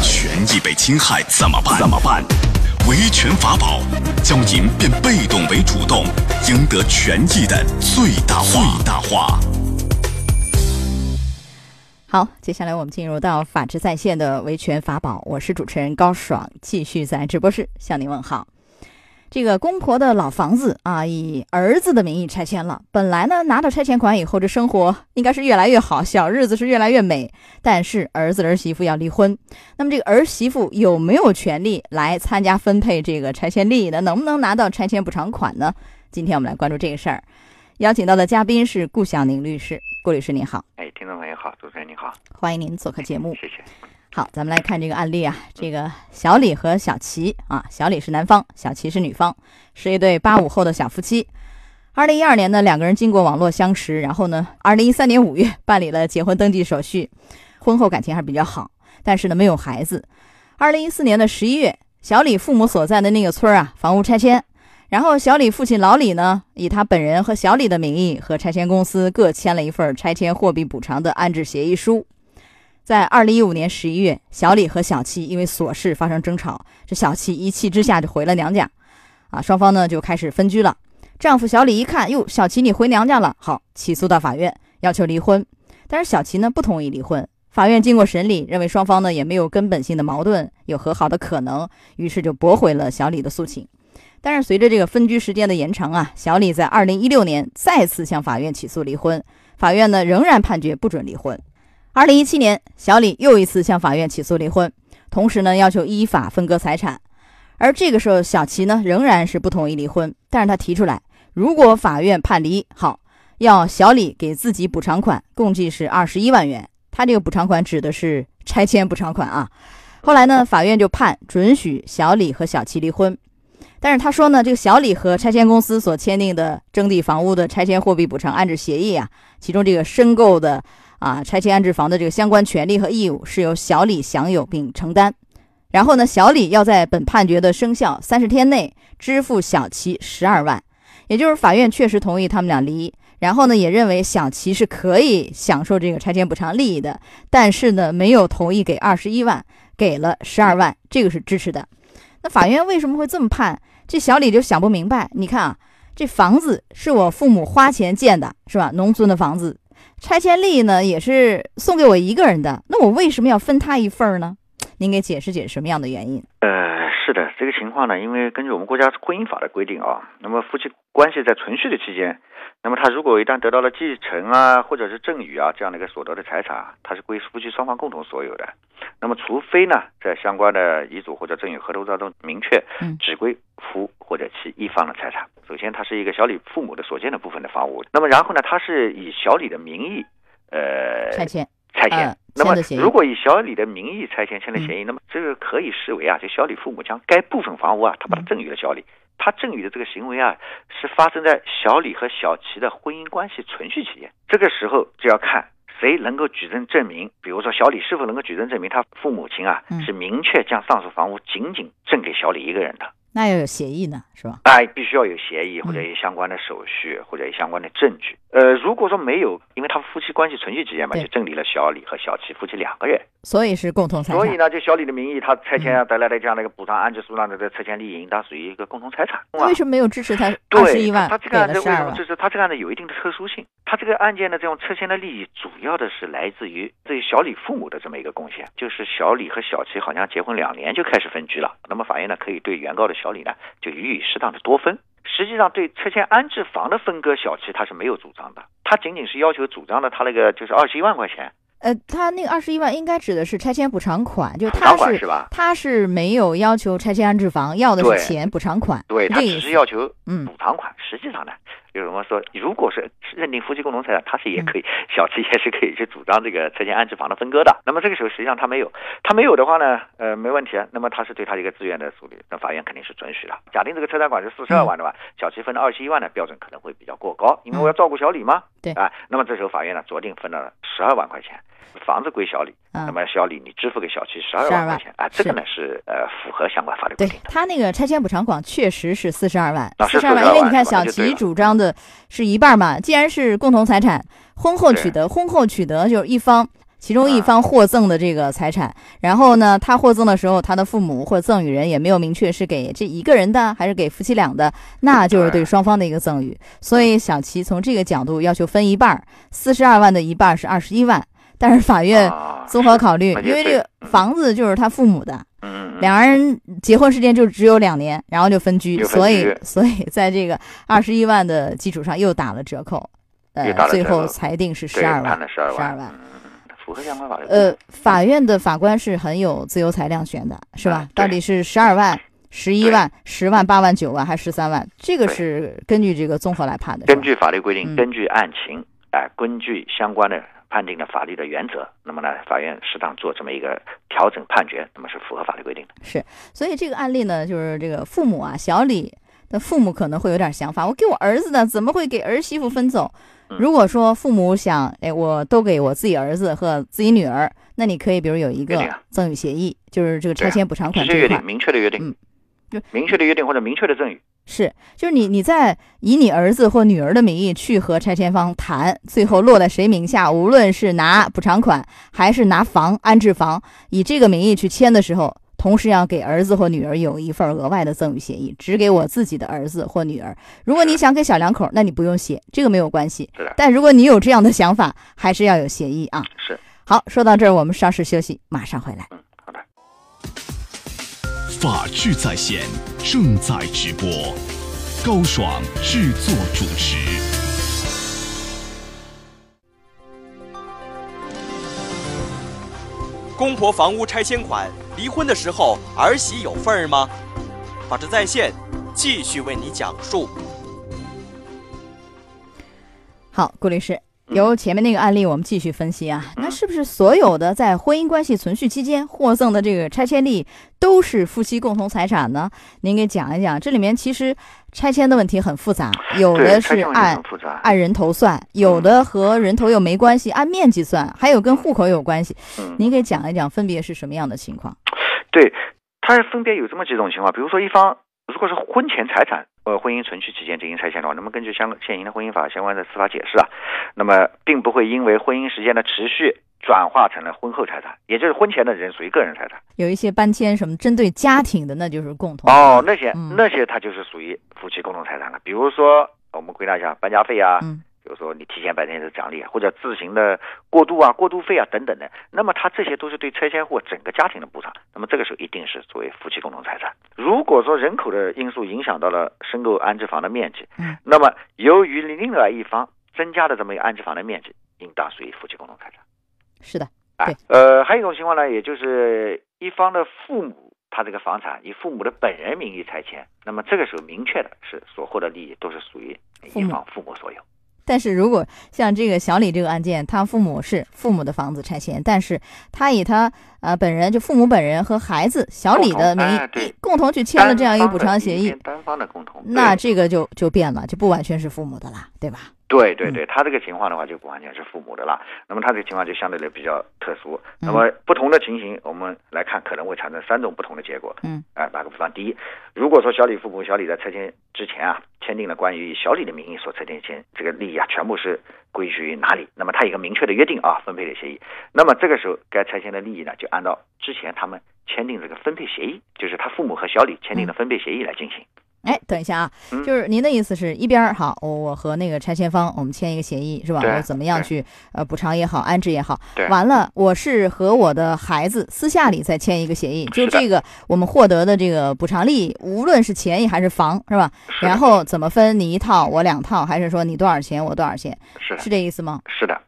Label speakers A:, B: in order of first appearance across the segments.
A: 权益被侵害怎么办？怎么办？维权法宝，将您变被动为主动，赢得权益的最大化。最大化。
B: 好，接下来我们进入到法治在线的维权法宝，我是主持人高爽，继续在直播室向您问好。这个公婆的老房子啊，以儿子的名义拆迁了。本来呢，拿到拆迁款以后，这生活应该是越来越好，小日子是越来越美。但是儿子儿媳妇要离婚，那么这个儿媳妇有没有权利来参加分配这个拆迁利益呢？能不能拿到拆迁补偿款呢？今天我们来关注这个事儿。邀请到的嘉宾是顾晓宁律师，顾律师您好，
C: 哎，听众朋友好，主持人你好，
B: 欢迎您做客节目。
C: 谢谢。
B: 好，咱们来看这个案例啊，这个小李和小齐啊，小李是男方，小齐是女方，是一对八五后的小夫妻。二零一二年呢，两个人经过网络相识，然后呢，二零一三年五月办理了结婚登记手续，婚后感情还是比较好，但是呢，没有孩子。二零一四年的十一月，小李父母所在的那个村儿啊，房屋拆迁，然后小李父亲老李呢，以他本人和小李的名义和拆迁公司各签了一份拆迁货币补偿的安置协议书。在二零一五年十一月，小李和小七因为琐事发生争吵，这小七一气之下就回了娘家，啊，双方呢就开始分居了。丈夫小李一看，哟，小七你回娘家了，好，起诉到法院要求离婚，但是小七呢不同意离婚。法院经过审理，认为双方呢也没有根本性的矛盾，有和好的可能，于是就驳回了小李的诉请。但是随着这个分居时间的延长啊，小李在二零一六年再次向法院起诉离婚，法院呢仍然判决不准离婚。二零一七年，小李又一次向法院起诉离婚，同时呢要求依法分割财产。而这个时候，小齐呢仍然是不同意离婚，但是他提出来，如果法院判离，好，要小李给自己补偿款，共计是二十一万元。他这个补偿款指的是拆迁补偿款啊。后来呢，法院就判准许小李和小齐离婚，但是他说呢，这个小李和拆迁公司所签订的征地房屋的拆迁货币补偿安置协议啊，其中这个申购的。啊，拆迁安置房的这个相关权利和义务是由小李享有并承担。然后呢，小李要在本判决的生效三十天内支付小齐十二万，也就是法院确实同意他们俩离。然后呢，也认为小齐是可以享受这个拆迁补偿利益的，但是呢，没有同意给二十一万，给了十二万，这个是支持的。那法院为什么会这么判？这小李就想不明白。你看啊，这房子是我父母花钱建的，是吧？农村的房子。拆迁利益呢，也是送给我一个人的，那我为什么要分他一份儿呢？您给解释解释什么样的原因？
C: 呃，是的，这个情况呢，因为根据我们国家婚姻法的规定啊，那么夫妻关系在存续的期间，那么他如果一旦得到了继承啊，或者是赠与啊这样的一个所得的财产，它是归夫妻双方共同所有的。那么，除非呢，在相关的遗嘱或者赠与合同当中明确
B: 嗯，
C: 只归夫或者其一方的财产。首先，它是一个小李父母的所建的部分的房屋，那么然后呢，它是以小李的名义，呃，
B: 拆迁，
C: 拆迁。
B: 呃
C: 那
B: 签
C: 么
B: 的协议，嗯
C: 如果以小李的名义拆迁签了协议，那么这个可以视为啊，就小李父母将该部分房屋啊，他把它
B: 嗯
C: 赠与了小李。他赠与的这个行为啊，是发生在小李和小齐的婚姻关系存续期间。这个时候就要看谁能够举证证明，比如说小李是否能够举证证明他父母亲啊、
B: 嗯
C: 是明确将上述房屋仅仅赠给小李一个人的。
B: 那要有协议呢，是吧？
C: 哎，必须要有协
B: 嗯
C: 议或者有相关的手续或者有相关的证据。呃，如果说没有，因为他们夫妻关系存续期间嘛，
B: 对
C: 就证离了小李和小齐夫妻两个人，
B: 所以是共同财
C: 所以
B: 产。嗯
C: 呢，就小李的名义，他拆迁啊得来的这样的一个补偿安置书上的这拆迁利益，应当属于一个共同财产。
B: 那为什么没有支持他二十
C: 对
B: 一，万
C: 他这
B: 给
C: 个案
B: 了
C: 子为
B: 十
C: 什
B: 二
C: 么
B: 万？
C: 就是他这个案子有一定的特殊性？他这个案件的这种拆迁的利益，主要的是来自于对小李父母的这么一个贡献，就是小李和小齐好像结婚两年就开始分居了，那么法院呢可以对原告的小李呢就予以适当的多分。实际上，对拆迁安置房的分割，小齐他是没有主张的，他仅仅是要求主张的他那个就是二十一万块钱，
B: 呃，他那个二十一万应该指的是拆迁补偿款，就是
C: 补
B: 他
C: 偿款
B: 是
C: 是吧？
B: 他是没有要求拆迁安置房，要的
C: 对
B: 是钱补偿款，
C: 对
B: 是
C: 他
B: 这个意
C: 只
B: 思
C: 是。要求
B: 嗯
C: 补偿款，实际上呢，有什么说，如果是认定夫妻共同财产，他是
B: 嗯
C: 也可以，小齐也是可以去主张这个拆迁安置房的分割的。那么这个时候，实际上他没有，他没有的话呢，呃，没问题。那么他是对他的一个自愿的处理，那法院肯定是准许的。假定这个拆迁款是四十二万的话，小齐分了二十一万的标准可能会比较过高，因为我要照顾小李嘛。
B: 嗯对
C: 啊，那么这时候法院呢，酌定分了十二万块钱，房子归小李，那
B: 啊，
C: 么小李你支付给小齐十
B: 12
C: 二
B: 万
C: 万块钱啊，这个
B: 是
C: 呢是呃符合相关法律
B: 对
C: 规定的。
B: 他那个拆迁补偿款确实是四十二万，
C: 啊
B: 四
C: 是
B: 十二万，
C: 42
B: 因为你看
C: 是
B: 小
C: 吧那就对
B: 齐
C: 了
B: 主张的是一半嘛，既然是共同财产，婚后取得，婚后取得就是一方其中
C: 啊
B: 一方获赠的这个财产，然后呢，他获赠的时候，他的父母或赠与人也没有明确是给这一个人的还是给夫妻俩的，那就是对
C: 对
B: 双方的一个赠与。所以小齐从这个角度要求分一半儿，四十二万的一半儿是二十一万，但是法院
C: 啊，
B: 综合考虑，
C: 是
B: 因为这个
C: 嗯
B: 房子就是他父母的，
C: 嗯，嗯嗯
B: 两人结婚时间就只有两年，然后就分居，
C: 就分
B: 所以
C: 居
B: 所以在这个二十一万的基础上又打了折扣，呃
C: 又打，了
B: 最
C: 折扣
B: 后裁定是
C: 对
B: 十二
C: 判
B: 万
C: 了。十二
B: 12万
C: 嗯嗯嗯符合相关法律。
B: 呃，法院的法官是很有自由裁量权的，是吧
C: 嗯？对
B: 到底是十二万、十一万、十万、八万、九万还是十三万？这个是根据这个综合来判的。是吧
C: 根据法律规
B: 嗯
C: 定，根据案情，哎、根据相关的判定的法律的原则，那么呢，法院适当做这么一个调整判决，那么是符合法律规定的。
B: 所以这个案例呢，就是这个父母啊，小李的父母可能会有点想法，我给我儿子的，怎么会给儿媳妇分走？
C: 嗯
B: 如果说父母想，哎，我都给我自己儿子和自己女儿，那你可以比如有一个
C: 对呀
B: 赠与协议，就是这个拆
C: 啊对呀啊
B: 迁补偿
C: 直
B: 款
C: 接
B: 这一
C: 约
B: 块
C: 定，，明确的约
B: 嗯
C: 定，
B: 就
C: 明确的约定或者明确的赠与，
B: 是，就是你你在以你儿子或女儿的名义去和拆迁方谈，最后落在谁名下，无论是拿补偿款还是拿房安置房，以这个名义去签的时候，同时要给儿子或女儿有一份额外的赠与协议，只给我自己的儿子或女儿。如果你想给小两口，那你不用写，这个没有关系
C: 是的。
B: 但如果你有这样的想法，还是要有协议啊。
C: 是，
B: 好，说到这儿，我们稍事休息，马上回来。
C: 嗯，好的。
A: 法治在线正在直播，高爽制作主持。
D: 公婆房屋拆迁款，离婚的时候儿媳有份儿吗？法治在线继续为你讲述。
B: 好，顾律师，
C: 嗯
B: 由前面那个案例我们继续分析啊，
C: 嗯
B: 那是不是所有的在婚姻关系存续期间获赠的这个拆迁利益都是夫妻共同财产呢？您给讲一讲，这里面其实拆迁的问题很复杂，有
C: 对，
B: 的
C: 拆
B: 是
C: 迁问题
B: 按
C: 很复杂。
B: 按人头算，有的和人头又没关系，按面积算，还有跟户口有关系。
C: 嗯，
B: 您给讲一讲分别是什么样的情况？
C: 对，它分别有这么几种情况，比如说一方如果是婚前财产，呃，婚姻存续期间进行拆迁的话，那么根据相现行的婚姻法相关的司法解释啊，那么并不会因为婚姻时间的持续转化成了婚后财产，也就是婚前的人属于个人财产。
B: 有一些搬迁什么针对家庭的，那就是共同。
C: 哦，那些、
B: 嗯
C: 那些它就是属于夫妻共同财产了，比如说我们归纳一下搬家费啊，
B: 嗯
C: 比如说你提前百天的奖励啊，或者自行的过渡啊、过渡费啊等等的，那么它这些都是对拆迁户整个家庭的补偿，那么这个时候一定是作为夫妻共同财产。如果说人口的因素影响到了申购安置房的面积，
B: 嗯
C: 那么由于另外一方增加的这么一个安置房的面积，应当属于夫妻共同财产。
B: 是的，
C: 哎，呃，还有一种情况呢，也就是一方的父母。他这个房产以父母的本人名义拆迁，那么这个时候明确的是所获得利益都是属于
B: 父
C: 一
B: 母
C: 方父母所有。
B: 但是如果像这个小李这个案件，他父母是父母的房子拆迁，但是他以他呃本人就父母本人和孩子小李的名
C: 共同哎
B: 义
C: 对
B: 一共同去签了这样一个补偿协议，
C: 单方的共同，
B: 那
C: 对
B: 这个就就变了，就不完全是父母的啦，对吧？
C: 对对
B: 嗯
C: 对，他这个情况的话就不完全是父母的了，那么他这个情况就相对的比较特殊。
B: 嗯
C: 那么不同的情形，我们来看可能会产生三种不同的结果。
B: 嗯，
C: 哎，打个比方，第一，如果说小李父母、小李在拆迁之前啊，签订了关于以小李的名义所拆迁的钱这个利益啊，全部是归属于哪里，那么他有个明确的约定啊，分配的协议。那么这个时候，该拆迁的利益呢，就按照之前他们签订这个分配协议，就是他父母和小李签
B: 嗯
C: 订的分配协议来进行。
B: 哎，等一下啊，
C: 嗯
B: 就是您的意思是一边儿好，我我和那个拆迁方我们签一个协议是吧？
C: 对
B: 我怎么样
C: 对
B: 去呃补偿也好，安置也好，
C: 对
B: 完了我是和我的孩子私下里再签一个协议，就是
C: 的
B: 这个我们获得的这个补偿利益，无论是钱益还是房是吧？
C: 是的
B: 然后怎么分？你一套，我两套，还是说你多少钱我多少钱？
C: 是的
B: 是，这意思吗？
C: 是的，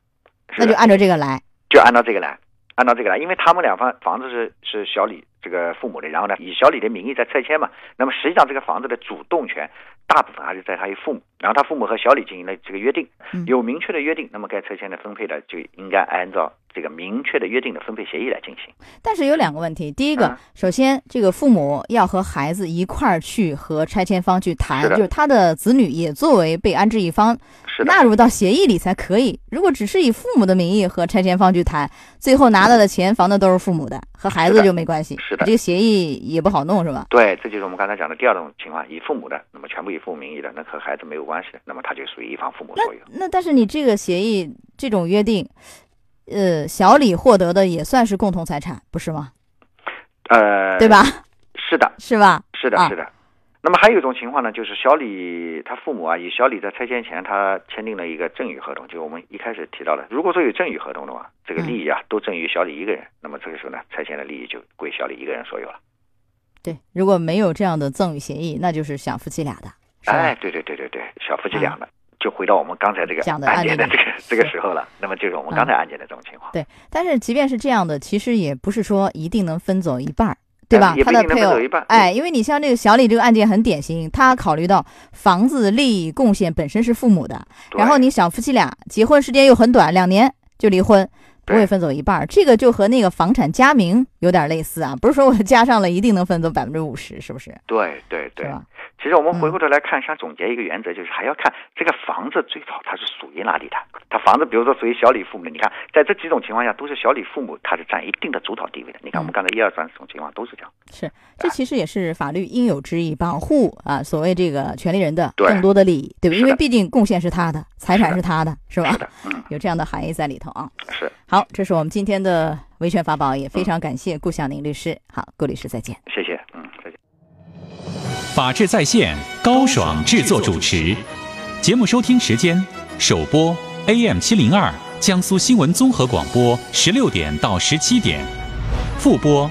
C: 是
B: 那就
C: 的，
B: 按照这个来。
C: 就按照这个来，按照这个来，因为他们两方房子是是小李这个父母的，然后呢，以小李的名义在拆迁嘛，那么实际上这个房子的主动权大部分还是在他与父母，然后他父母和小李进行了这个约定
B: 嗯，
C: 有明确的约定，那么该拆迁的分配的就应该按照这个明确的约定的分配协议来进行。
B: 但是有两个问题，第一个
C: 嗯，
B: 首先这个父母要和孩子一块儿去和拆迁方去谈，
C: 是
B: 就
C: 的
B: 是他的子女也作为被安置一方
C: 是的，
B: 纳入到协议里才可以。如果只是以父母的名义和拆迁方去谈，最后拿到的钱、房子都是父母的，和孩子
C: 是的
B: 就没关系。
C: 是的
B: 这个协议也不好弄，是吧？
C: 对，这就是我们刚才讲的第二种情况，以父母的，那么全部以父母名义的，那和孩子没有关系的，那么他就属于一方父母所有。
B: 那但是你这个协议这种约定，呃，小李获得的也算是共同财产，不是吗？
C: 呃，
B: 对？吧？
C: 是的，
B: 是吧？
C: 是的
B: 啊，
C: 是的。那么还有一种情况呢，就是小李他父母啊，与小李在拆迁前，他签订了一个赠与合同，就我们一开始提到的，如果说有赠与合同的话，这个
B: 嗯
C: 利益啊都赠与小李一个人，那么这个时候呢，拆迁的利益就归小李一个人所有了。
B: 对，如果没有这样的赠与协议，那就是想夫妻俩的，是吧？
C: 哎，对对对对对，小夫妻俩呢，就回到我们刚才这个
B: 讲的
C: 案件的
B: 案
C: 这
B: 例
C: 个这个
B: 是
C: 时候了。那么就是我们
B: 嗯
C: 刚才案件的这种情况，
B: 对，但是即便是这样的，其实也不是说一定能分走一半儿，对吧
C: 哎也？不
B: 他的
C: 一定能
B: 配
C: 分
B: 偶
C: 走一半，
B: 哎，因为你像这个小李这个案件很典型，他考虑到房子利益贡献本身是父母的，
C: 对
B: 然后你小夫妻俩结婚时间又很短，两年就离婚，不会
C: 对
B: 分走一半儿，这个就和那个房产加名有点类似啊， 不是说我加上了一定能分走百分之五十，是不是？
C: 对对
B: 是
C: 对。
B: 吧？
C: 其实我们
B: 嗯
C: 回过头来看，想总结一个原则，就是还要看这个房子最早它是属于哪里的。它房子，比如说属于小李父母的，你看在这几种情况下，都是小李父母他是占一定的主导地位的。你看我们刚才一二三四种情况都是这样。
B: 这其实也是法律应有之义，保护啊所谓这个权利人的
C: 对
B: 更多的利益，对吧？
C: 是
B: 因为
C: 的
B: 毕竟贡献是他的，财产是他的，是吧
C: 是？的，嗯，
B: 有这样的含义在里头啊。
C: 是。
B: 好，这是我们今天的维权法宝，也非常感谢顾晓宁律师。好，顾律师再见。
C: 谢谢，嗯，再见。
A: 法治在线，高爽制作主持。节目收听时间：首播 AM 七零二江苏新闻综合广播十六点到十七点，复播